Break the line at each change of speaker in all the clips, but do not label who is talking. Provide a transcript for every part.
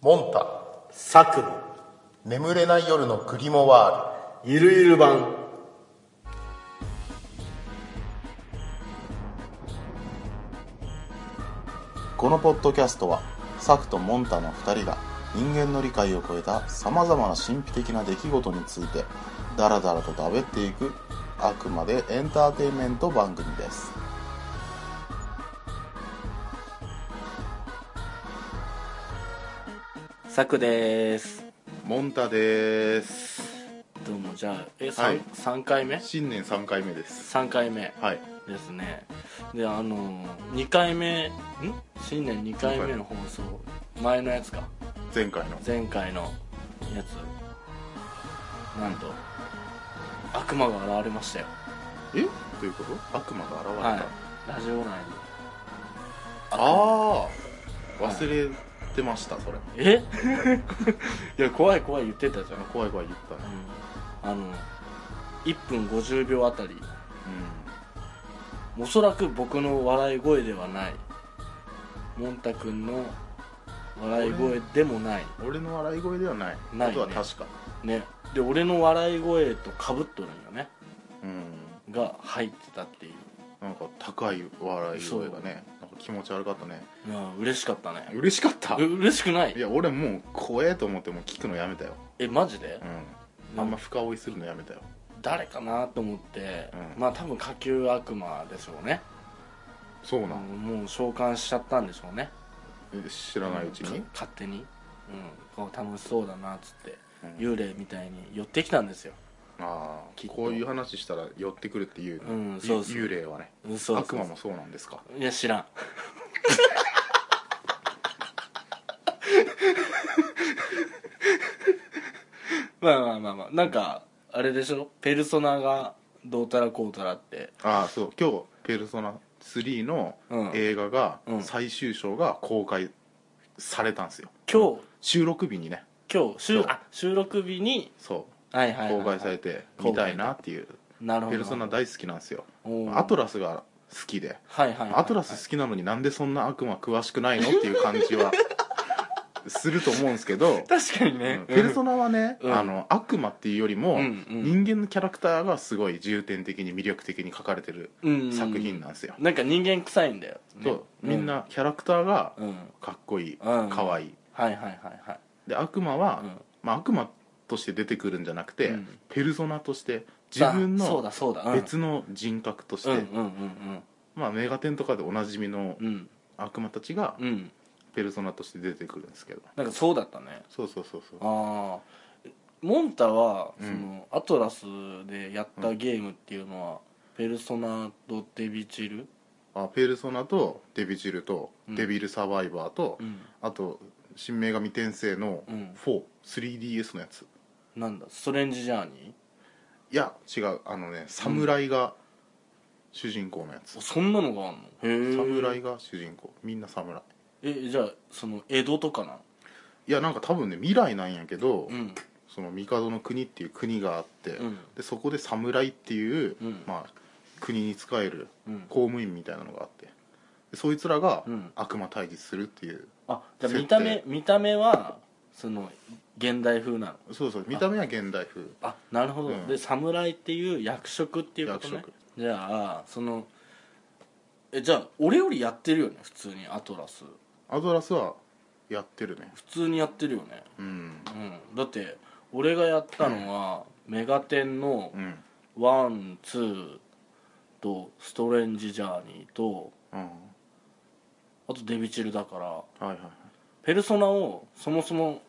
モンタ
佐久間
眠れない夜のクリモワ
ゆるゆる版
このポッドキャストはサクとモンタの2人が人間の理解を超えたさまざまな神秘的な出来事についてダラダラとだべっていくあくまでエンターテインメント番組です
サクです
モンタです
どうもじゃあえ三
はい
3回目
新年3回目です
3回目
はい
ですねであの2回目ん新年2回目の放送前のやつか
前回の
前回のやつなんと悪魔が現れましたよ
えということ悪魔が現れた、
はいラジオ内に
ああ忘れてましたそれ
え いや怖い怖い言ってたじゃん、
怖い怖い言ったね
うんあの1分50秒あたりおそらく僕の笑い声ではないもんたくんの笑い声でもない
うん俺の笑い声ではない
ないね
ことは確か
ねで俺の笑い声とかぶっとるんよね
うん
が入ってたっていう
なんか高い笑い声がねなんか気持ち悪かったね
いや嬉しかったね
嬉しかった
う嬉しくない
いや俺もう怖えと思ってもう聞くのやめたよ
えマジで
う、ん
な
あ
ん
んま深追いするのやめたよ
誰かなと思って、
うん
まあ多分下級悪魔でしょうね
そう
も
な
うんもう召喚しちゃったんでしょうね
え知らないうちに
か勝手に、うん、こう楽しそうだなっつって、
うん
幽霊みたいに寄ってきたんですよ
ああ
きっと
こういう話したら寄ってくるっていう
うん
ゆ
そうそう
幽霊はね
嘘
悪魔もそうなんですか
いや知らんまあまあまあまあなんかあれでしょペルソナがどうたらこうたらって
ああそう今日「ペルソナ3」の
うん
映画が
うん
最終章が公開されたんですよ
今日
収録日にね
今日
そ
収
う
あ収録日に
そ
はい
う
はいはいは
公
い、
開されて見たいなっていう
なるほど
ペルソナ大好きなんですよ
おー
アトラスが好きで
はいはいはい
アトラス好きなのになんでそんな悪魔詳しくないのっていう感じはすると思うんですけど、
確かに
う
ね
ん、ペルソナはね、
うん
あの悪魔っていうよりも、
うんうん
人間のキャラクターがすごい重点的に魅力的に描かれてる
うん
作品なんですよ、
なんか人間臭いんだよ、ね
そうみんなキャラクターが
うん、うん
かっこいい、
うん
かわいい
はいはいはいはい
で悪魔は、
うん
まあ、悪魔として出てくるんじゃなくて、
うん
ペルソナとして自分
あそう
の
だそうだ、うん、
別の人格として、
うんうんうん
まあ、メガテンとかでおなじみの
うんうん
悪魔たちが
うん
ペルソナとして出てくるんですけど
なんかそうだったね
そうそうそうそう
ああモンタは
うん
その、アトラスでやったゲームっていうのは、ペルソナとデビチル、
あペルソナとデビジルと
うん
デビルサバイバーと、あと新女神転生の
うん
4 3DS のやつ
なんだストレンジジャーニ
いや違うあのね侍が主人公のやつ
ー、そんなのがあんのへえ
侍が主人公みんな侍
えじゃあその江戸とかなの
いやなんか多分ね未来なんやけど、
うん
その帝の国っていう国があって、
うん
でそこで侍っていう、
うん
まあ、国に仕える
うん
公務員みたいなのがあってでそいつらが
うん
悪魔対立するっていう、
あじゃあ
設定
見た目見た目はその現代風なの
そうそう見た目は現代風
あなるほど、
うん
で侍っていう役職っていうことね
役
じゃあそのえじゃあ俺よりやってるよね普通にアトラス
アドラスはやってるね
普通にやってるよね
うん
うんだって俺がやったのは、メガテンの
うん
ワンツーとストレンジジャーニーと
うん
あとデビチルだから
はいはい
ペルソナをそもそも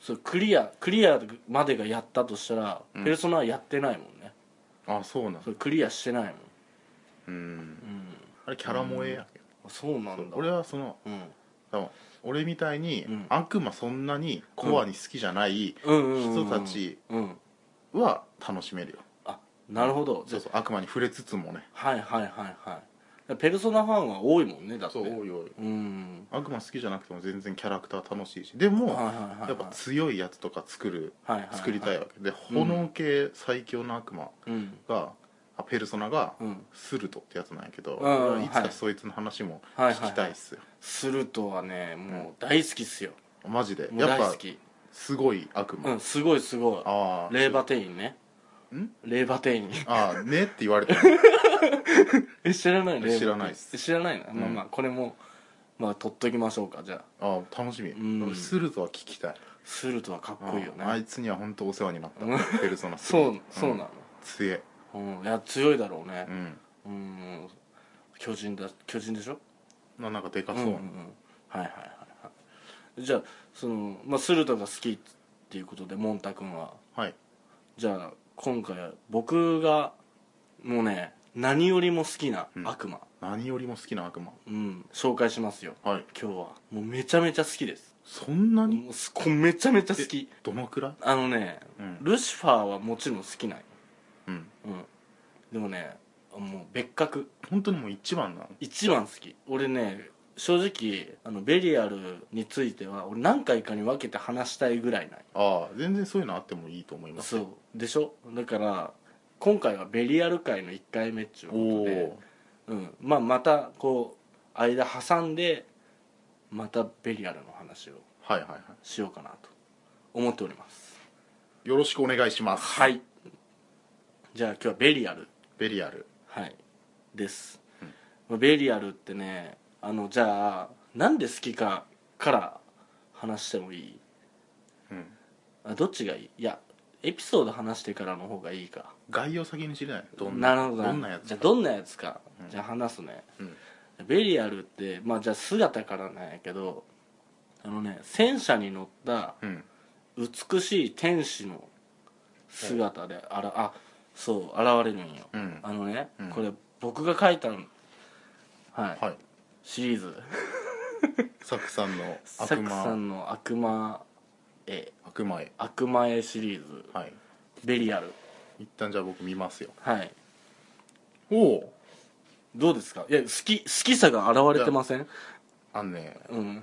そうクリアクリアまでがやったとしたら、
うん
ペルソナはやってないもんね
あそうなん
それクリアしてないもん
うん
うん
あれキャラ萌えやけ
あそうな
ど、
んだ
俺はその
うん
多分俺みたいに、
うん
悪魔そんなにコアに好きじゃない
うんうんうんうん
人たち
うん
は楽しめるよ、
あなるほど
そうそう悪魔に触れつつもね
はいはいはいはいペルソナファンは多いもんねだって
そう多い多い
うん
悪魔好きじゃなくても全然キャラクター楽しいしで
はい
も、
はいはいはい
やっぱ強いやつとか作る
はいはいはい
作りたいわけで炎系最強の悪魔
うん
が、あペルソナが、
うん
スルトってやつなんやけど、
うんうん
俺はいつか
はい
そいつの話も聞きたいっすよ、
スルトはねもう大好きっすよ、
あマジで
もう
やっ
大
ぱ
好き
すごい悪魔、
うんすごいすごい
ああ
霊馬店員ね
ん
霊馬店員
ああねって言われてる
え 知らない霊馬店員
知らないっす
知らないな、まあ
うん
まあこれもまあ取っときましょうかじゃあ
ああ楽しみ、
うん
スルとは聞きたい
スルトはかっこいいよね
あああいつには本当お世話になった
うん
ペルソナ3
そうそうなの、
強え
うん、いや強いだろうね
うん
うん、巨人だ巨人でしょ
ななんかでかそう、
んんんはいはいはいはいじゃあその、まあ、スルトが好きっていうことでモンタ君は
はい
じゃあ今回は僕がもうね何よりも好きな悪魔、
何よりも好きな悪魔
うん紹介しますよ
はい
今日はもうめちゃめちゃ好きです
そんなに
もうすこめちゃめちゃ好き
どのくらい
あのね、
うん
ルシファーはもちろん好きない、
うん
うん、でもねもう別格
本当にもう一番なの
一番好き俺ね正直あのベリアルについては俺何回かに分けて話したいぐらいない
ああ全然そういうのあってもいいと思います
そうでしょだから今回はベリアル会の1回目っちゅう
お
ことで
お、
うんまあ、またこう間挟んでまたベリアルの話を
はいはいは
しようかなと思っております
いよろしくお願いします
はいじゃあ今日はベリアル
ベリアル
はいです、まあベリアルってねあのじゃあなんで好きかから話してもいい
うん
あどっちがいいいやエピソード話してからの方がいいか
概要先に知りないどん
な
な
るほど
どんなやつ
じゃあ
か
どんなやつか、じゃあ話すね、
うん
ベリアルってまあじゃあ姿からなんやけどあのね戦車に乗った
うん
美しい天使の姿であらあそう現れるんよ、
うん
あのね、
うん
これ僕が書いたのはい、
はい
シリーズ
サクさんの
サ
悪
クさ
魔
んの悪魔絵
悪魔へ
悪魔絵シリーズ
はい
ベリアル
一旦じゃあ僕見ますよ
はい
おお
どうですかいや好き好きさが現れてません
あのね
うん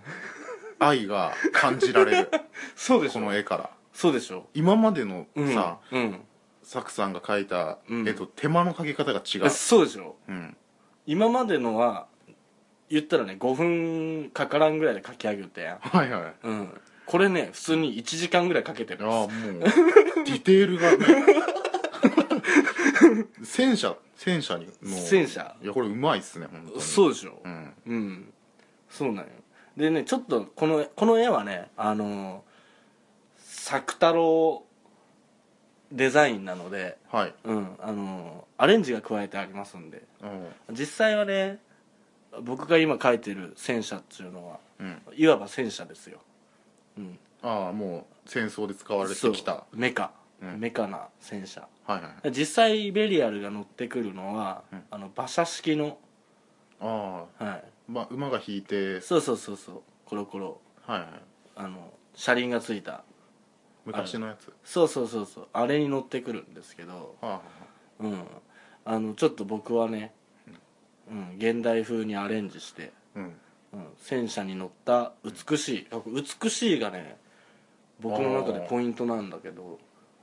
愛が感じられ る
そうでし
こ
ょ
の絵から
そうでしょ
今までの
うん
さ、
うん
サクさんが描いた
うん
絵と手間のかけ方が違う
えそうでしょ
うん
今までのは言ったらね5分かからんぐらいで描き上げてやん
はいはい
うんこれね普通に1時間ぐらいかけてる
ああもうディテールがね戦車戦車にの
戦車
いやこれうまいっすね本当に
そうでしょ
うん
うんそうなんよでねちょっとこのこの絵はねあの作太郎デザインなので
はい
うんあのアレンジが加えてありますんで
うん
実際はね僕が今描いてる戦車っていうのは
うん
いわば戦車ですよ、うん、
ああもう戦争で使われてきた
そうメカ、
うん
メカな戦車
はいはい
実際ベリアルが乗ってくるのは、
ん
あの馬車式の、
ああ
は
まあ馬が引いて
い、そうそうそうそうコロコロ
はいはい
あの車輪がついた
昔のやつ
そうそうそうそうあれに乗ってくるんですけど
はあは
うんあのちょっと僕はね、うん、現代風にアレンジして、
あうん
うん、戦車に乗った美しい、あ美しいがね僕の中でポイントなんだけど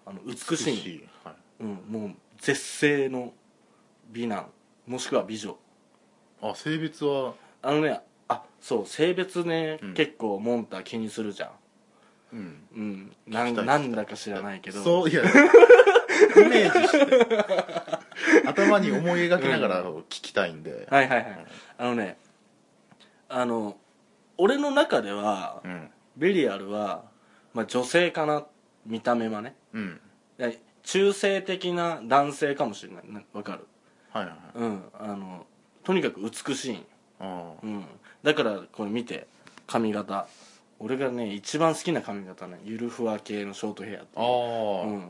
あの美しい
いはい
うん、もう絶世の美男もしくは美女
あ性別は
あのねあそう性別ね、
うん
結構モンタ気にするじゃん
うん
うんな
聞き
ん
たい
なんだか知らないけど
そういやイメージして頭に思い描きながら聞きたいんで
はいはいはいあのねあの俺の中では、
うん
ベリアルは、まあ、女性かな見た目はね
うん
で中性的な男性かもしれないなわかる
はいはいはい
うんあのとにかく美しいん
あ
うん、だからこれ見て髪型俺がね一番好きな髪型ねゆるふわ系のショートヘアって
ああ
いう
あ
うん、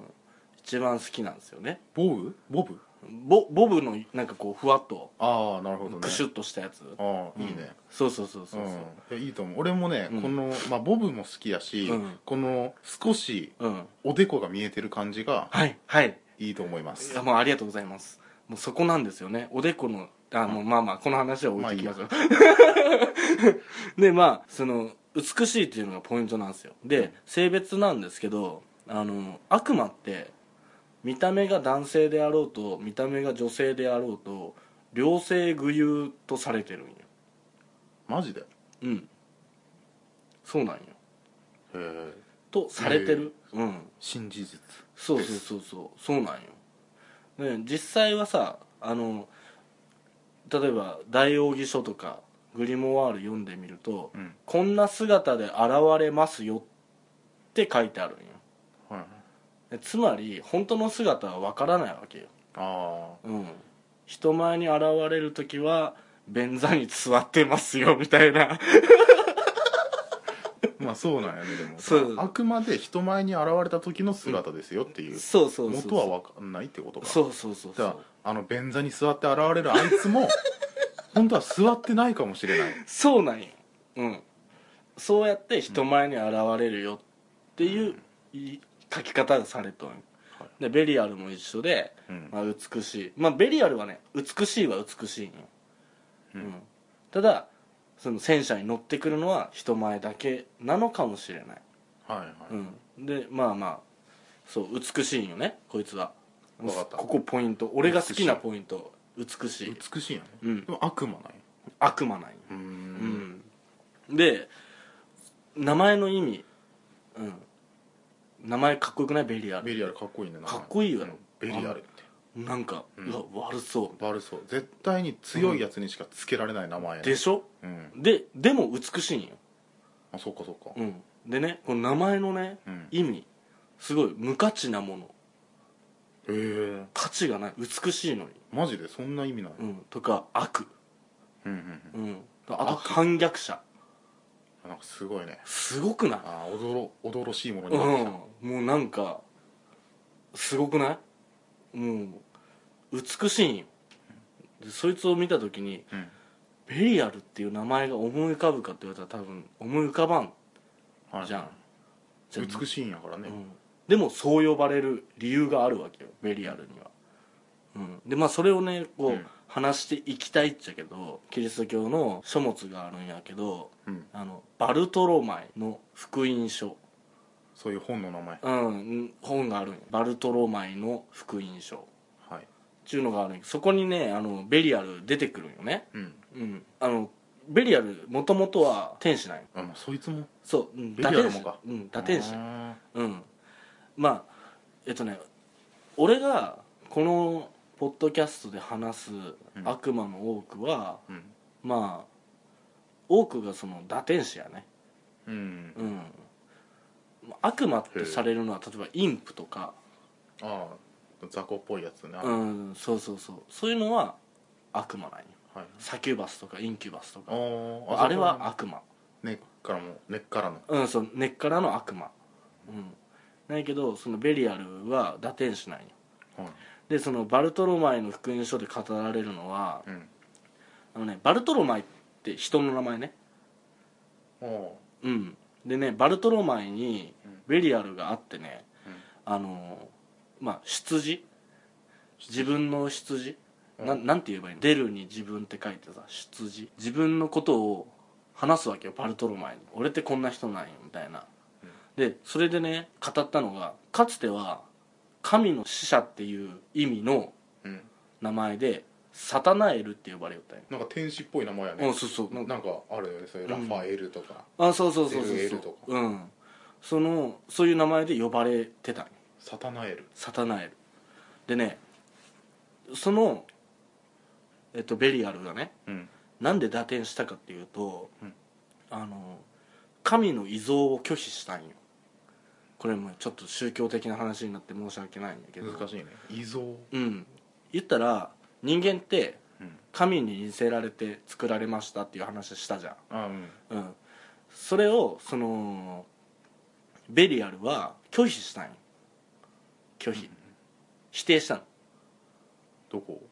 一番好きなんですよね
ボブボブ
ボボブのなんかこうふわっと
ああなるほどね
クシュッとしたやつ、
ああ
うん
いいね
そうそうそう
う
そ
ん
う
いやいいと思う俺もね
うん
このまあボブも好きやし
うん
この少し
そううん、
おでこが見えてる感じが
はいはい
いいと思います
いやもうありがとうございますもうそこなんですよねおでこのあもうまあまあこの話は置いてきましょう、 でまあその美しいっていうのがポイントなんですよで、性別なんですけどあの悪魔って見た目が男性であろうと見た目が女性であろうと両性具有とされてるんよ
マジで
うんそうなんよ
え
とされてる、うん
新事実
そうそうそうそうそうなんよ、ね、実際はさあの例えば「大奥義書」とか「グリモワール」読んでみると、
うん
こんな姿で現れますよって書いてあるんよ
はいはい
でつまり本当の姿はわからないわけよ、
あ
うん、人前に現れる時は便座に座ってますよみたいな
あまあそうなんやねでも
そう
あくまで人前に現れた時の姿ですよっていう
そうそうそ う
元は分かんないってことか
そうそうそう
じ
そ
ゃ
う
ああの便座に座って現れるあいつも 本当は座ってないかもしれない
そうなんようんそうやって人前に現れるよっていうい書き方がされとんよ
は
でベリアルも一緒で、
うん
まあ、美しいまあベリアルはね美しいは美しいんよ、
うん
うんただその戦車に乗ってくるのは人前だけなのかもしれない、
はいはい、
うん、でまあまあそう美しいんよねこいつは
わかった
ここポイント俺が好きなポイント美しい
美しいんやね、
うん
でも悪魔なんや
悪魔なんよ
うーん
うん、で名前の意味、うん、名前かっこよくないベリアル
ベリアルかっこいいね名前
かっこいいよね
うんベリアルって
なんか、うわ悪そ
悪そう絶対に強いやつにしかつけられない名前や
う
ね
でしょ
うん
ででも美しいんよ、
あそっかそっか
うん、でねこの名前のね、
うん
意味すごい無価値なもの
へえ
価値がない美しいのに、
マジでそんな意味なの
うん、とか悪、
うんうんうん
うん、あと反逆者
なんかすごいね
すごくない
あー驚驚ろしいもの
う
に
ん
なってき
もうなんかすごくないもう美しいんよでそいつを見た時に
たうん
ベリアルっていう名前が思い浮かぶかって言われたら多分思い浮かばん
はい
じゃんじゃあ
美しいんやからね
うんでもそう呼ばれる理由があるわけよベリアルには、うん、でまあそれをねこう、
うん
話していきたいっちゃけどキリスト教の書物があるんやけど
うん
あのバルトロマイの福音書
そういう本の名前
うん、本があるんよバルトロマイの福音書っ
はい
ていうのがあるんよそこにねあのベリアル出てくるんよね
うん
うんあのベリアルもともとは天使なんよ
あまあそいつも
そう、うん、
ベリアルもか
堕天使うん堕天使
あ
うんまあえっとね俺がこのポッドキャストで話す悪魔の多くは、
ーうん
まあ多くがその堕天使やね
うん
うん悪魔ってされるのは例えばインプとか
ああ雑魚っぽいやつねは
うんそうそうそうそういうのは悪魔なんよ
い
サキュバスとかインキュバスとか
おー
あれは悪魔
根っからも根っからの
うんそう根っからの悪魔うんないけどそのベリアルは堕天使なんよ
はい
でそのバルトロマイの福音書で語られるのは
うん
あのねバルトロマイって人の名前ね
おお
うんでねバルトロマイにベリアルがあってね、あのーまあ羊自分の羊、ななんて言えばいいの出るに自分って書いてさ羊自分のことを話すわけよバルトロマイに俺ってこんな人なんよみたいな、でそれでね語ったのがかつては神の使者っていう意味の
うん
名前でサタナエルって呼ばれよったんよ
なんか天使っぽい名前や
う
ね
んそうそう
ななんかあるよねそういうラファエルとか
あそうそうそうそう
LL
そ
と
う
か
うんそのそういう名前で呼ばれてたんよ
サタナエル
サタナエルでねその、えっと、ベリアルがね
うん
なんで打点したかっていうと、
うん
あの神の遺像を拒否したんよこれもちょっと宗教的な話になって申し訳ないんだけど
難しいね遺像
うん言ったら人間って
うん
神に似せられて作られましたっていう話したじゃん
あうん
うん、それをそのベリアルは拒否したんよ拒否、否定した
どこ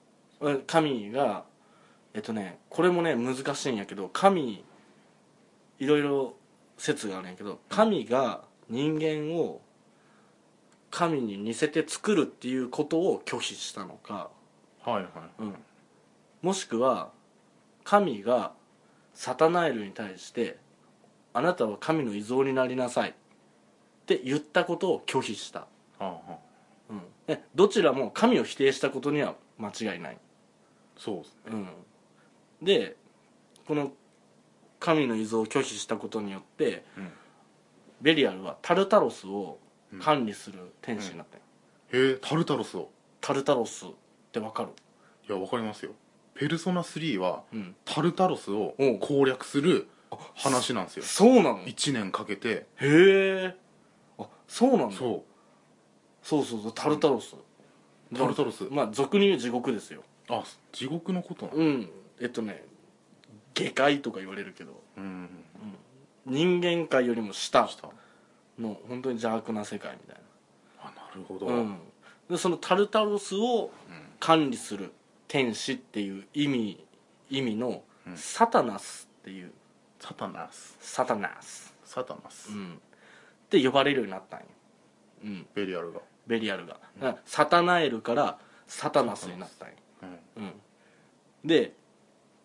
の神がえっとねこれもね難しいんやけど神いろいろ説があるんやけど神が人間を神に似せて作るっていうことを拒否したのか、
はいは
うん、もしくは神がサタナエルに対して「あなたは神の遺像になりなさい」って言ったことを拒否した、
ああ
うん、でどちらも神を否定したことには間違いない、
そうですね
うん、でこの神の遺像を拒否したことによって、
うん
ベリアルはタルタロスを管理する天使になってん、
へえタルタロスを
タルタロスってわかる
いやわかりますよペルソナ3は
うん
タルタロスを
うん
攻略する話なんですよ
そうなのへ
1年かけて
えあそうなのそう
そ
そうそうタルタロス、
うタルタロス
まあ俗に言う地獄ですよ
あ地獄のことなの
うんえっとね下界とか言われるけど
うん
人間界よりも下
した
の本当に邪悪な世界みたい
あなるほど
な、うん、でそのタルタロスを管理する天使っていう意味意味の
うん
サタナスっていう
サタナス
サタナス、
サタナス
うん、って呼ばれるようになったんよ、うん、
ベリアルが
ベリアルがだからサタナエルからサタナスになったんよ、
うん
うん、で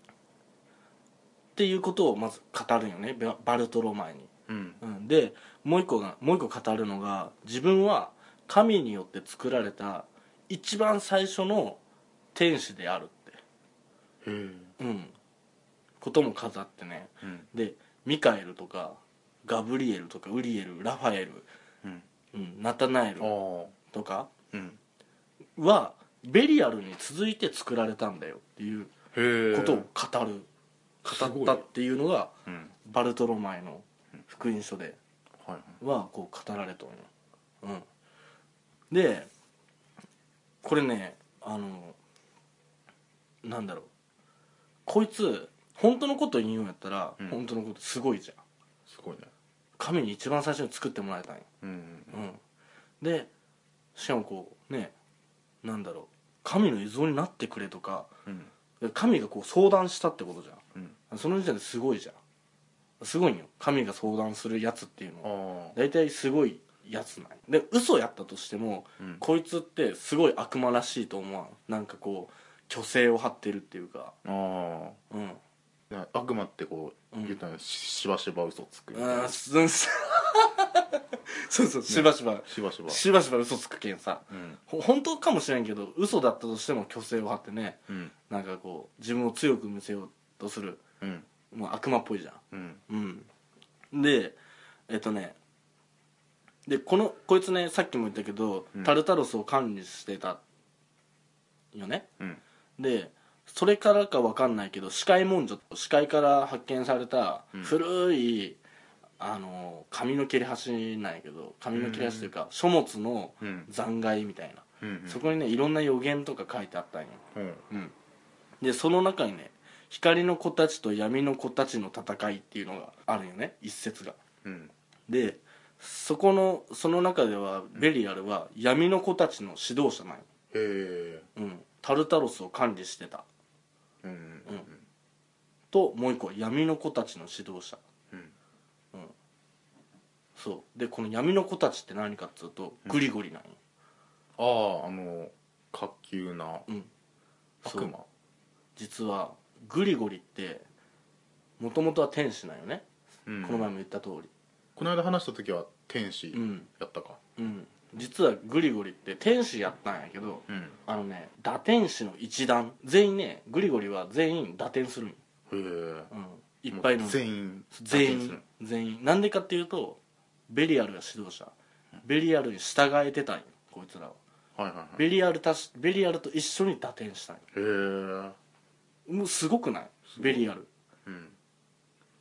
っていうことをまず語るんよねババルトロ前に
うん
うん、でもう一個がもう一個語るのが自分は神によって作られた一番最初の天使であるっ
へえ
て、うん、ことも語ってね
うん
でミカエルとかガブリエルとかウリエルラファエル、
うん
うん、ナタナエル
ああ
とか
うん
はベリアルに続いて作られたんだよっていう
へえ
ことを語る
す
語
ご
っ
い
たっていうのが
うん
バルトロマイの福音書で
はい
はこう語られとんよ、うん、でこれねあのなんだろうこいつ本当のこと言うんやったら、
うん
本当のことすごいじゃん
すごいね
神に一番最初に作ってもらえたんよ、
うん
うん、でしかもこうねなんだろう神の依存になってくれとか
うん
神がこう相談したってことじゃ
うん
んその時点ですごいじゃんすごいんよ神が相談するやつっていうのは
ああ
大体すごいやつないで嘘やったとしても、
うん
こいつってすごい悪魔らしいと思わんなんかこう虚勢を張ってるっていうか
あ
うん
あ悪魔ってこう
うん
言ったらししばしば嘘つくみたい
あ
な
ーす そうそうしばしば、
しばしば
しばしば嘘つくけんさ
うん
ほ本当かもしれんけど嘘だったとしても虚勢を張ってね
うん
なんかこう自分を強く見せようとする、
うん
まあ、悪魔っぽいじゃん
うん
うん、でえっとねでこのこいつねさっきも言ったけど、
うん
タルタロスを管理してたよね
うん
でそれからか分かんないけど視界文書視界から発見された
うん
古い、あの紙の切れ端なんやけど紙の切れ端というか、書物の
うん
残骸みたいな、
うん
そこにねいろんな予言とか書いてあったんよ、
うん
うん、でその中にね「光の子たちと闇の子たちの戦い」っていうのがあるよね一節が
うん
でそこのその中ではベリアルは闇の子たちの指導者なんよ、
へえ
うん、タルタロスを管理してた
うん
ともう一個は闇の子たちの指導者
うん
そうでこの闇の子たちって何かっつうとグリゴリなんよ、
あああの滑級な
うんそう
悪魔
実はグリゴリってもともとは天使なんよね、
うん
この前も言った通り
この間話した時は天使
うん
やったか
うん実はグリゴリって天使やったんやけど、
うん
あのね打天使の一団全員ねグリゴリは全員打点するんよ、
へえ
うん、いっぱいの
もう全員
全
打点する
員全員なんでかっていうとベリアルが指導者ベリアルに従えてたんよこいつらは
はいはいはい
ベリアルたしベリアルと一緒に打点したんよ
へえ
もうすごくないベリアル
うん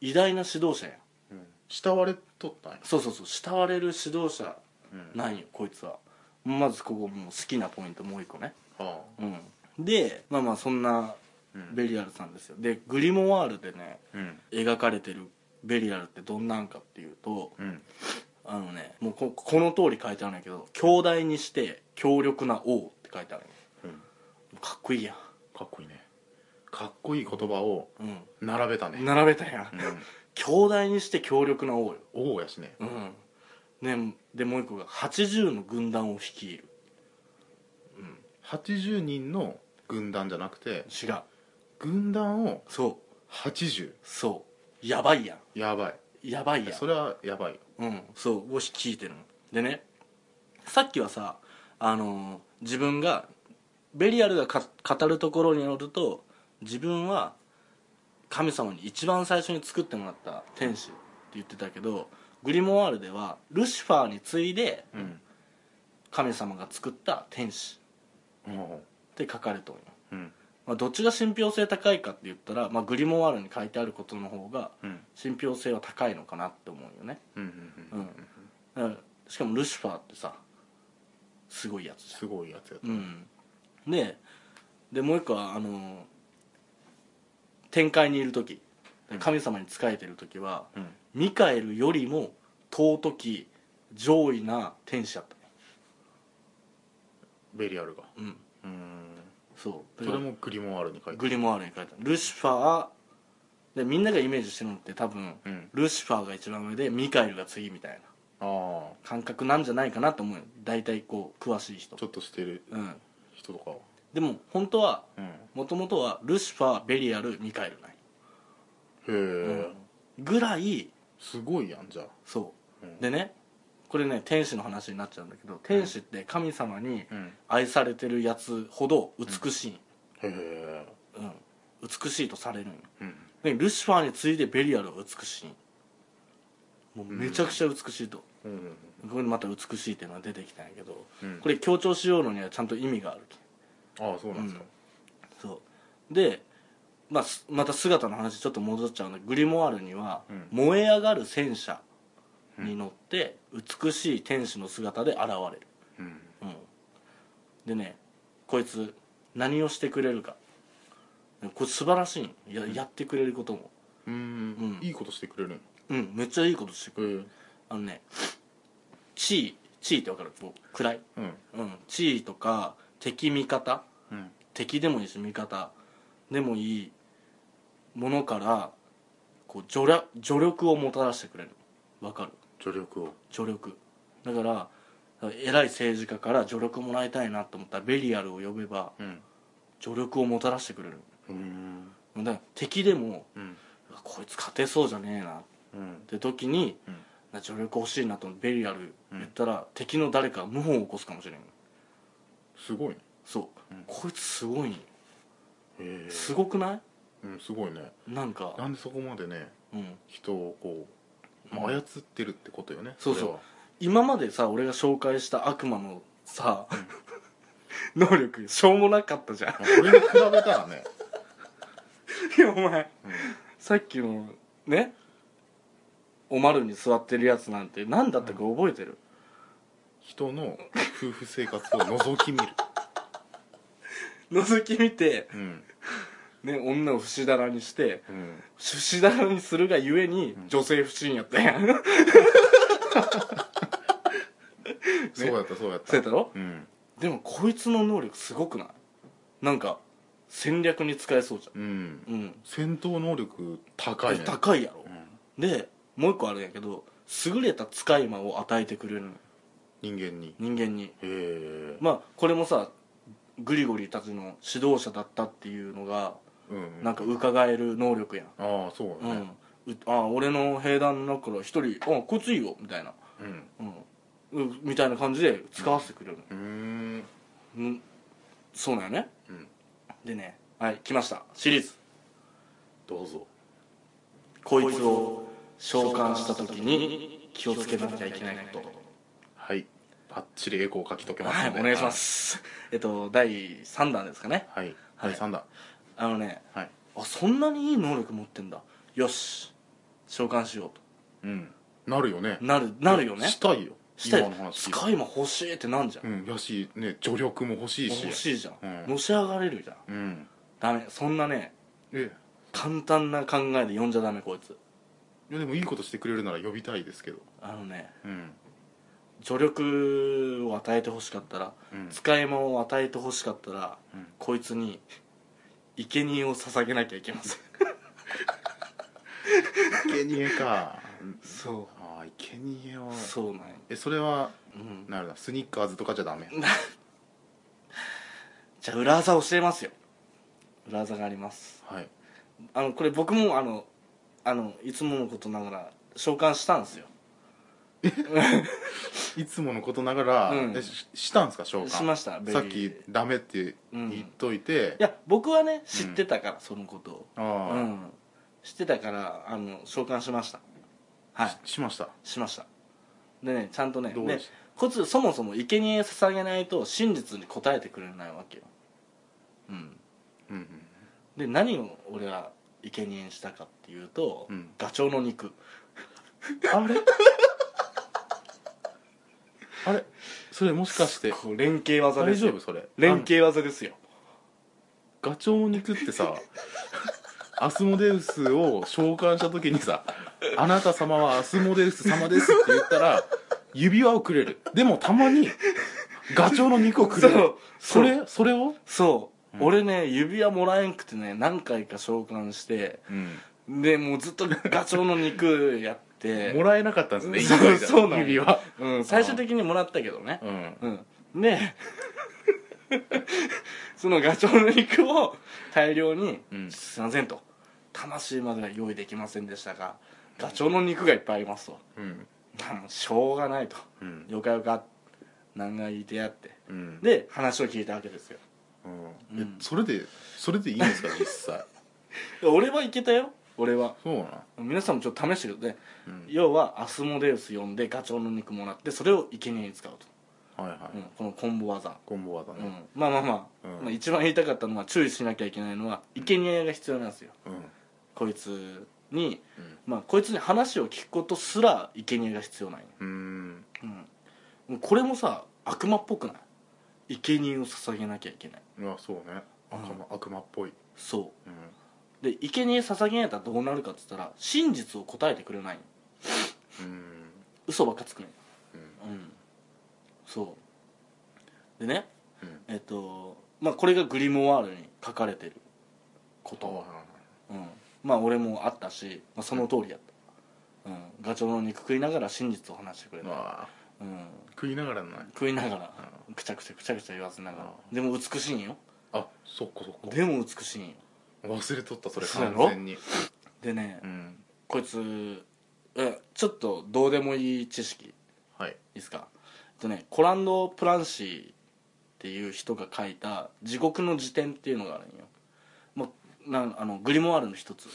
偉大な指導者やん
うん慕われとったんや
そうそうそう慕われる指導者
うん
なんよこいつはまずここもう好きなポイントもう一個ね
あ
うんでまあまあそんな
あうん
ベリアルさんですよでグリモワールでね
うん
描かれてるベリアルってどんなんかっていうと
うん
あのねもうここの通り書いてあるんやけど「強大にして強力な王」って書いてあるんよ
うん
かっこいいやん
かっこいいねかっこいい言葉を
うん
並べたね
並べたや
う
ん、
ん
強大にして強力な王よ
王やしね
うんねでもう一個が80の軍団を率いる
80人の軍団じゃなくて
違う
軍団を
そう
80
そうやばいやん
やばい
やばいやん
それはやばいよ
うん、そうを率いてるのでねさっきはさあのー自分がベリアルがか語るところによると自分は神様に一番最初に作ってもらった天使って言ってたけどグリモワールではルシファーに次いで
うん
神様が作った天使
うん
って書かれております、
うん
まあ、どっちが信憑性高いかって言ったら、まあ、グリモワールに書いてあることの方が
うん
信憑性は高いのかなって思うよね、
うん
うんだからしかもルシファーってさすごいやつじゃん
すごいやつやった
うん、ででもう一個はあのー天界にいる時神様に仕えてる時は、
うん
ミカエルよりも尊き上位な天使だったね
ベリアルが
うん
うん
そう
それもグリモワールに書いて
グリモワールに書いてあるルシファーでみんながイメージしてるのって多分、
うん
ルシファーが一番上でミカエルが次みたいな
ああ
感覚なんじゃないかなと思うよ大体こう詳しい人
ちょっとしてる
うん
人とかは
でも本当は
うん
もともとはルシファーベリアルミカエルない
へえ、
ぐらい
すごいやんじゃあ
そう、
うん
でねこれね天使の話になっちゃうんだけど天使って神様に
うん
愛されてるやつほど美しい、
へえ
うん美しいとされるんよ
うん
でルシファーに次いでベリアルは美しいもうめちゃくちゃ美しいと、
うん
これまた美しいっていうのが出てきたんやけど、
うん
これ強調しようのにはちゃんと意味があるき
ああそうなんですか、
そうで、まあ、すまた姿の話ちょっと戻っちゃうんだけどグリモワールには、
ん
燃え上がる戦車に乗って、美しい天使の姿で現れる、
うん
うん、でねこいつ何をしてくれるかこれ素晴らしいんややってくれることも
うん
うん
いいことしてくれるんへ
うんめっちゃいいことしてくれる
え
あのね地位地位って分かるこう暗い、
うん
うん、地位とか敵味方
うん
敵でもいいし味方でもいいものからこう助力助力をもたらしてくれるわかる
助力を
助力だから偉い政治家から助力もらいたいなと思ったらベリアルを呼べば
うん
助力をもたらしてくれる
うん
だから敵でも
うん
うわこいつ勝てそうじゃねえなっ
うん
て時に、
うん
な助力欲しいなと思ってベリアル言ったら、敵の誰かが謀反を起こすかもしれん
すごいね
そう、こいつすごいんよ
へえ
すごくない
うんすごいね
なんか
なんでそこまでね
うん
人をこう、まあ、操ってるってことよね
そうそう今までさ俺が紹介した悪魔のさ能力しょうもなかったじゃん
それはまあこれに比べたらね
いやお前、さっきのねおまるに座ってるやつなんて何だったか覚えてる、
人の夫婦生活を覗き見る
覗き見て、
ん
ね、女を節だらにして
うん
節だらにするがゆえに女性不信やったや ん、
そうやったそうやった
そうやったろ
うん
でもこいつの能力すごくないなんか戦略に使えそうじ
うん
ゃんうん
戦闘能力高いね
高いやろ、でもう一個あるんやけど優れた使い魔を与えてくれるの
人間に
人間に
へえ
まあこれもさグリゴリたちの指導者だったっていうのが
うん
なんか伺える能力やん、
ああそう
うん
だね
うあ俺の兵団の中から一人「あこいついいよ」みたいな、
うん
うんうん、みたいな感じで使わせてくれるの、
うーん
うん、そうなんよね、
うん
でねはい来ましたシリーズ
どうぞ
こいつを召喚した時に気をつけなきゃいけないこと
はいバッチリエコー書きとけます
はい
んで
お願いしますえっと第3弾ですかね
はい
は
第
い
3弾
あのね
はい
あそんなにいい能力持ってんだよし召喚しよう
うんなるよね
となるなるよね
したいよ
した
今
い
の話
スカイマ欲しいってなんじゃん、
うんやしね助力も欲しいし
欲しいじゃん、
うん
のし上がれるじゃん
うん
ダメそんなね
え
簡単な考えで呼んじゃダメこいつ
いやでもいいことしてくれるなら呼びたいですけど
あのね
うん
助力を与えて欲しかったら、
うん
使い物を与えて欲しかったら、
うん
こいつに生贄を捧げなきゃいけません
生贄か
そ
ああ生贄を
うそうなんや
えそれは
うん
なるなスニッカーズとかじゃダメ
じゃあ裏技教えますよ裏技があります
はい
あのこれ僕もあのあのいつものことながら召喚したんですよ
いつものことながら、
うん
えししたんですか召喚
しましたベリー
さっきダメって
うん
言っといて
い、や僕はね知ってたから、そのことを
ああ、
うん知ってたからあの召喚しましたはい
しました
しましたでねちゃんとね
どうで
ね
した
こいつそもそも生贄捧げないと真実に答えてくれないわけようん
うん
で何を俺は生贄にしたかっていうと、
うん
ガチョウの肉
あれあれそれもしかして
こう連携技で
大
す
丈
よ
夫それ
連携技ですよ
あのガチョウの肉って さアスモデウスを召喚した時にさ「あなた様はアスモデウス様です」って言ったら指輪をくれるでもたまにガチョウの肉をくれるそ
そう
れそれを、
そう、
うん
俺ね指輪もらえんくてね何回か召喚してでもうずっとガチョウの肉やって
もらえなかったんですね
そう
一回じゃ
そうなの
指輪
うん、最終的にもらったけどね
うん
うんで そのガチョウの肉を大量に「
うん
すいません」と「魂までは用意できませんでしたがガチョウの肉がいっぱいあります」と
うん
「まあもうしょうがない」と
う
「
ん
よかよか」何が言いてやって
うん
で話を聞いたわけですよ
うん
う
え
ん
それでそれでいいん ですか実際
俺はいけたよ俺は
そうな
皆さんもちょっと試してください、
うん
要はアスモデウス呼んでガチョウの肉もらってそれを生贄に使うと、
はいは
う
い
んこのコンボ技、
コンボ技
うん
ね
まあまあまあ、
うん
まあ、一番言いたかったのは注意しなきゃいけないのは生贄が必要なんですよ
うん
こいつに、
ん
まあこいつに話を聞くことすら生贄が必要ない、
うん
うん、もうこれもさ悪魔っぽくない生贄を捧げなきゃいけないう
わそうね悪魔悪魔っぽい
そ
うん
うで生贄捧げないとどうなるかっつったら真実を答えてくれない
うん
嘘ばっかつくね
う
うんそうでね、
うん
えっとまあこれがグリモワールに書かれてること、うん、まあ俺もあったし、まあ、その通りやった、うん、ガチョウの肉食いながら真実を話してくれた、
まあ
うん、
食いながらない
食いながらくちゃくちゃくちゃくちゃ言わせながら
う
でも美しいんよ
あそっかそっか
でも美しいんよ
忘れとったそれ
そうや
完
ろ
全に
でね、
うん
こいつえちょっとどうでもいい知識い
はい
いですかえっとねコランド・プランシーっていう人が書いた「地獄の辞典」っていうのがあるんよ、まあ、なんあのグリモワールの一つ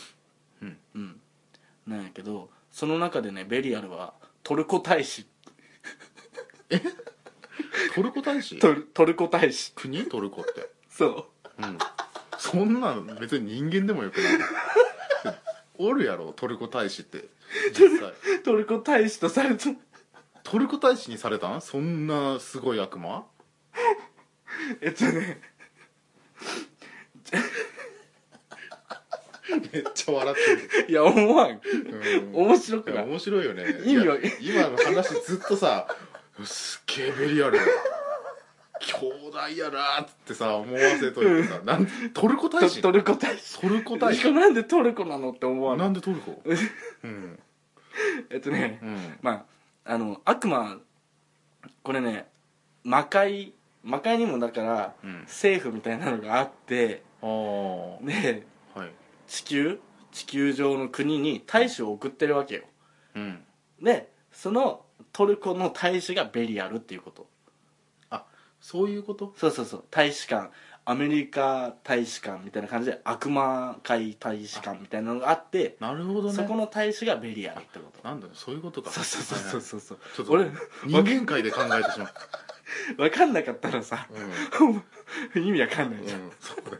うん
うんなんやけどその中でねベリアルはトルコ大使
トルコ大使
トルトルコ大使
国トルコって
そう
うんそんなの別に人間でもよくないおるやろトルコ大使って実際
トルコ大使とされた
トルコ大使にされたんそんなすごい悪魔
えっとね
めっちゃ笑って
いや思わん
る、うん
面白く
い
な
や
い
面白いよね
意味を
いや今の話ずっとさ 「すっげえベリアル兄弟やな」っつってさ思わせといてさなんトルコ大
ト
使
トルコ大使
トルコ大
しか
使
もなんでトルコなのって思わん
なんでトルコうん
えっとね
うん
まああの悪魔これね魔界魔界にもだから
うん
政府みたいなのがあって
ああ
で
はい
地球地球上の国に大使を送ってるわけよ
うん
でそのトルコの大使がベリアルっていうこと
そういうこと
そうそうそう大使館アメリカ大使館みたいな感じで悪魔界大使館みたいなのがあって
なるほどね
そこの大使がベリアルってこ
なんだねそういうこと
と
か
そうそうそうそうそう
はい
俺
はいちょっと人間界で考えてしまった
分かんなかったらさ
うん、
意味わかんないじゃん
うん、そうね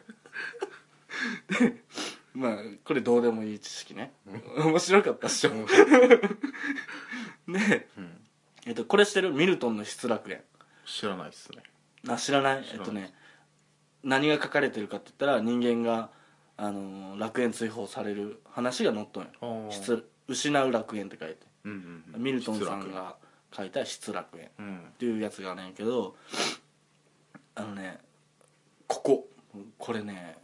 まあこれどうでもいい知識ね、面白かったっしょ、 ね
うん
えっとこれしてるミルトンの失楽園
知らないっすね
あ知らない
知ら
えっ
ない
とね何が書かれてるかって言ったら人間が、あのー楽園追放される話が載っとんよ
ああ
失失う楽園って書いて、
うんうんうん
ミルトンさんが書いた失楽園っ
うん
ていうやつがねんけどあのねこここれね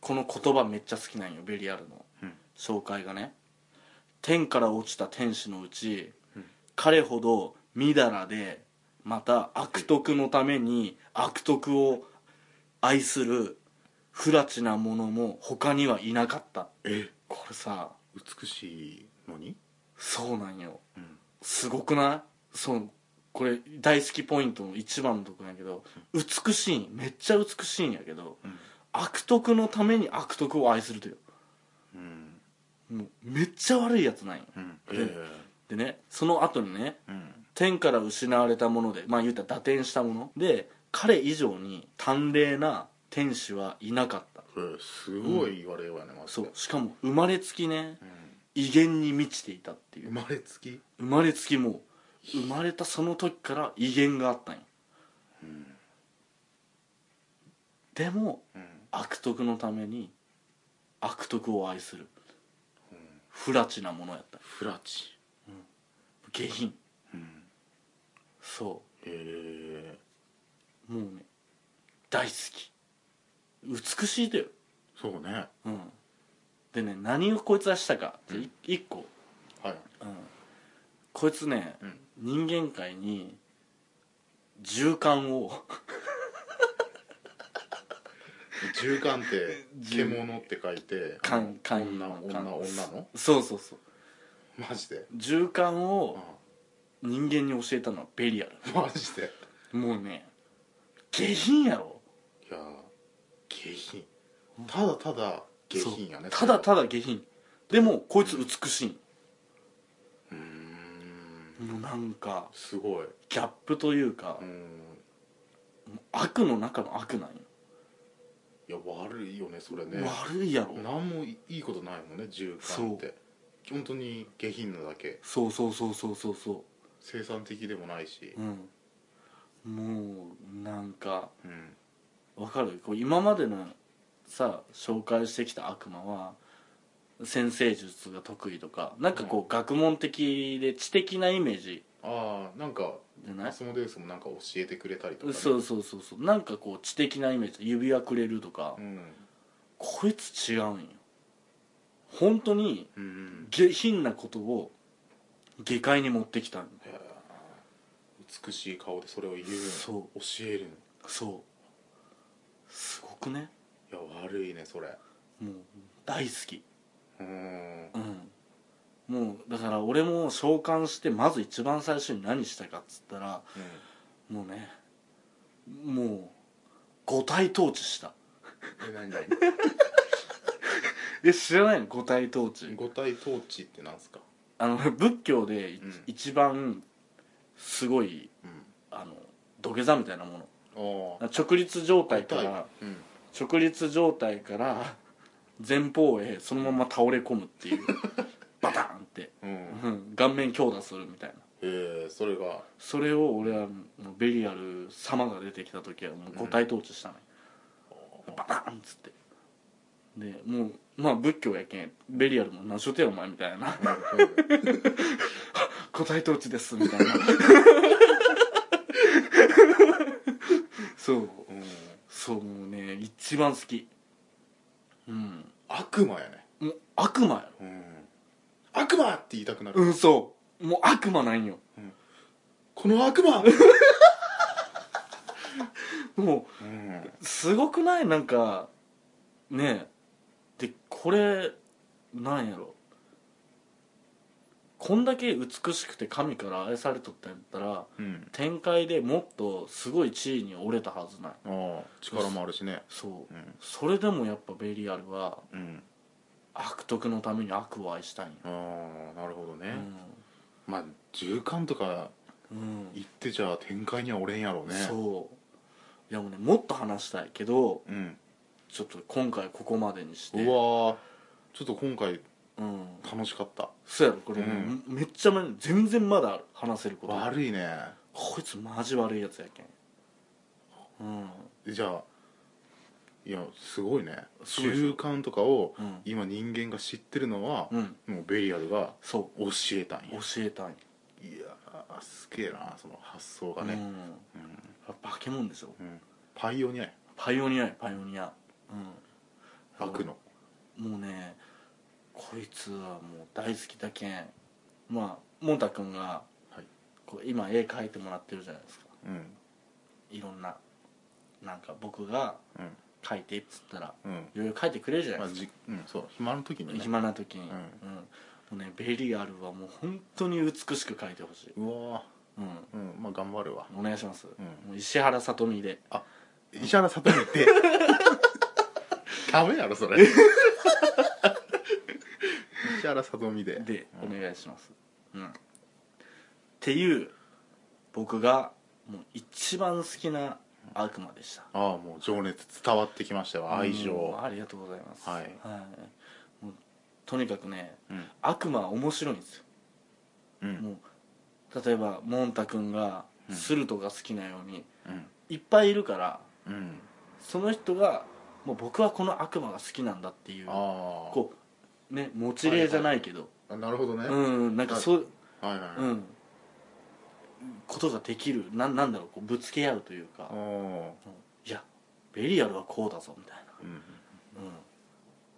この言葉めっちゃ好きなんよベリアルの
うん
紹介がね天から落ちた天使のうち、彼ほどみだらでまた悪徳のために悪徳を愛する不埒な者も他にはいなかった
え
これさ
美しいのに
そうなんよ
うん
すごくないそうこれ大好きポイントの一番のとこなんやけど美しいんめっちゃ美しいんやけど、
ん
悪徳のために悪徳を愛するという
うん
もうめっちゃ悪いやつなんよ
うん
え
でねその後にね
うん
天から失われたものでまあ言うたら打点したもので彼以上に端麗な天使はいなかった
えーすごい言われようやねまず
そうしかも生まれつきね威厳に満ちていたっていう
生まれつき
生まれつきもう生まれたその時から威厳があったんよ、でも悪徳のために悪徳を愛する、不埒なものやった
フラチ
下品
うん
そ
へえ
うもうね大好き美しいだよ、
そうね
うん、でね何をこいつはしたかってい一個、
はい
うん、こいつね、
ん
人間界に銃艦を
銃艦って獣って書いて
艦艦
女女
艦
女の
そうそうそう
マジで
銃艦を人間に教えたのはベリア
マジで
ルもうね下品やろ
いやー下品ただただ下品やね
そうただた
だ
だ下品でもこいつ美しい、
うーん
もうなんか
すごい
ギャップというか
うー、ん
悪の中の悪なんよ、
いや悪いよねそれね
悪いやろ
何もいいことないもんね銃艦って本当に下品なだけ
そうそうそうそうそうそ
生産的でもないし
ううんもうなんか
うん
わかるこう今までのさ紹介してきた悪魔は先生術が得意とかなんかこう、学問的で知的なイメージ
ああなんか
じゃない
マスモデウスもなんか教えてくれたりとかね
そうそうそうそうなんかこう知的なイメージ指輪くれるとか、
うん
こいつ違うんよ本当に
うんうん
下品なことを下界に持ってきたんだよ
美しい顔でそれを言う
そ
教える
そうすごくね
のいや悪いねそれ
もう大好き
うーん
うんもうだから俺も召喚してまず一番最初に何したかっつったらもうねもう五体統治した
え何
え知らないの五体統治
五体統治ってなんすか
あの仏教でい、
うん
一番すごい
うん
あの土下座みたいなもの
ああ
直立状態か
五
ら
体うん
直立状態から前方へそのまま倒れ込むっ ていうバタンって、
うん
うん、顔面強打するみたいな
ええそれが
それを俺はもうベリアル様が出てきた時はもう五体統治したのよ、バタンっつってでもうまあ仏教やけんベリアルも何しょってやお前みたいな五体統治ですみたいなそう
うん
そうもうね一番好きうん
悪魔やね
もう悪魔やろ
うん悪魔って言いたくな
う
る
んそうもう悪魔なんよ
この悪魔
も
うん
うすごくないなんかねえでこれなんやろこんだけ美しくて神から愛されとったんやったら
うん
展開でもっとすごい地位に折れたはずない
ああ力もあるしね
そう
うん
それでもやっぱベリアルは
うん
悪徳のために悪を愛したいんよ
ああなるほど
う
ねまあ銃艦とか
ん、うん、
行ってじゃあ展開にはおれんやろうね
そういやもうねもっと話したいけど
うん
ちょっと今回ここまでにし
う
て
わーちょっと今回
うん
楽しかった
そうやろこれ、
うん
めめっちゃま全然まだある話せること
悪いね
こいつマジ悪いやつやけんうん
じゃあいやすごいね
すごいでしょ
習慣とかを
うん
今人間が知ってるのは、
うん
もうベリアルが
そ
教えたん
う教
や
えたい、
いやーすげえなその発想が
うん
ね、
やっぱ化け物ですよ
うんパイオニアや
パイオニアやパイオニアうん
悪の
もうねこいつはもう大好きだけんまあもんたくんが、
はい
こう今絵描いてもらってるじゃないですか
うん
いろんななんか僕が
うん
書いてっつったら
うん
いろいろ書いてくれるじゃな
ま
い
あ
です
じ
か、
うんそう暇の時にね
暇な時に、
ん
うんもうねベリアルはもう本当に美しく書いてほしい、
うわ
うん、
ーうんまあ頑張るわ
お願いします、
うん
もう石原さとみで
石原さとみって ダメやろそれ石原さとみで
でお願いします、うんっていう僕がもう一番好きな悪魔でした
ああもう情熱伝わってきましたよ愛情、
うんありがとうございます
はい
もうとにかくね、
うん
悪魔は面白いんですよ、
うん
もう例えばもんたくんがスルトが好きなように、
うん
いっぱいいるから
うん
その人がもう僕はこの悪魔が好きなんだっていう
あ
こうね持ち霊じゃないけど、
あなるほどね、はい
うんなんかそう、
はいはい、
うんことができるなんなんだろうこうぶつけ合うというか、
お
うんいやベリアルはこうだぞみたいな
ーうん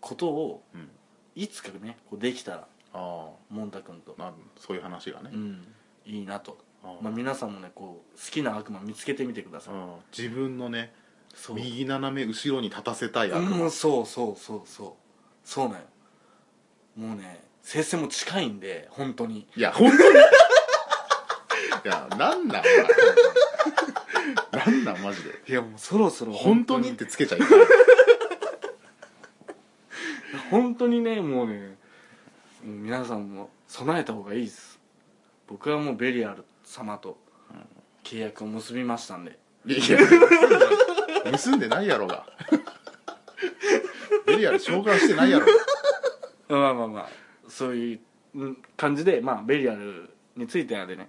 ことを、
うん
いつかねこうできたら
あ
もんたくんと
あ、なそういう話がね
う、ん、いいなと、
ああ
まあ、皆さんもねこう好きな悪魔見つけてみてください、
うん自分のね
そう
右斜め後ろに立たせたい悪
う
魔、
ん、そうそうそうそうそうなんよもうね接戦も近いんで本当に
いや本当にいやなんなんお前なんなんマジで
いやもうそろそろ
本当にってつけちゃいけ
本当にねもうねもう皆さんも備えた方がいいです僕はもうベリアル様と契約を結びましたんで
ないいやいや結んでないやろがベリアル召喚してないやろ
まあまあまあそういうん感じでまあベリアルについてはでね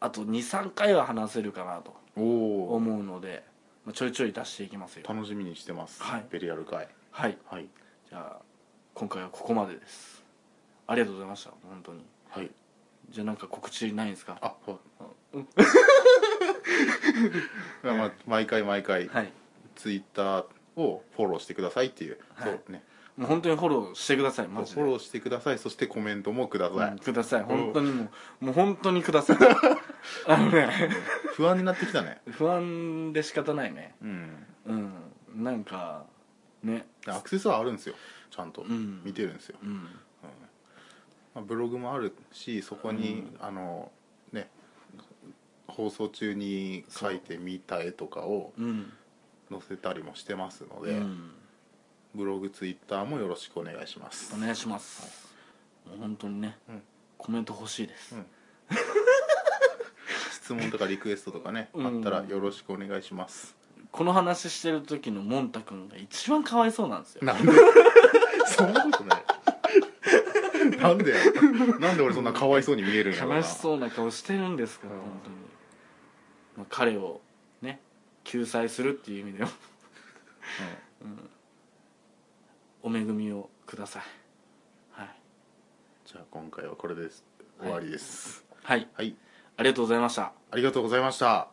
あと23回は話せるかなと
おお
思うので、まあ、ちょいちょい出していきますよ
楽しみにしてます、
はい
ベリアル会
はい
はい
じゃあ今回はここまでですありがとうございました本当に
はい
じゃあなんか告知ないんですか
あそうまあ毎回毎回、
はい
ツイッターをフォローしてくださいっていう、
はい
そうね
もう本当にフォローしてくださいマジ
フォ
で
ローしてくださいそしてコメントもください、
うんください本当にもうもう本当にく ださいあのね
不安になってきたね
不安で仕方ないね
うん
うんなんかね
アクセスはあるんですよちゃんと、
ん
見てるんですよ、
うん
まあ、ブログもあるしそこに、あのね放送中に書いてみた絵とかを
うん
載せたりもしてますの
う
で、
ん
ブログツイッターもよろしくお願いします
お願いしますもう本当にね
うん
コメント欲しいです
うん質問とかリクエストとかね、
うん
あったらよろしくお願いします
この話してる時のもんたくんが一番かわいそうなんですよ
なんで そんなことないなんでなんで俺そんなかわいそうに見えるんやろうな
悲しそうな顔してるんですから本当にまあ彼をね救済するっていう意味でもお恵みをくださいはい
じゃあ今回はこれです終わりです、
はい
はい、
ありがとうございました
ありがとうございました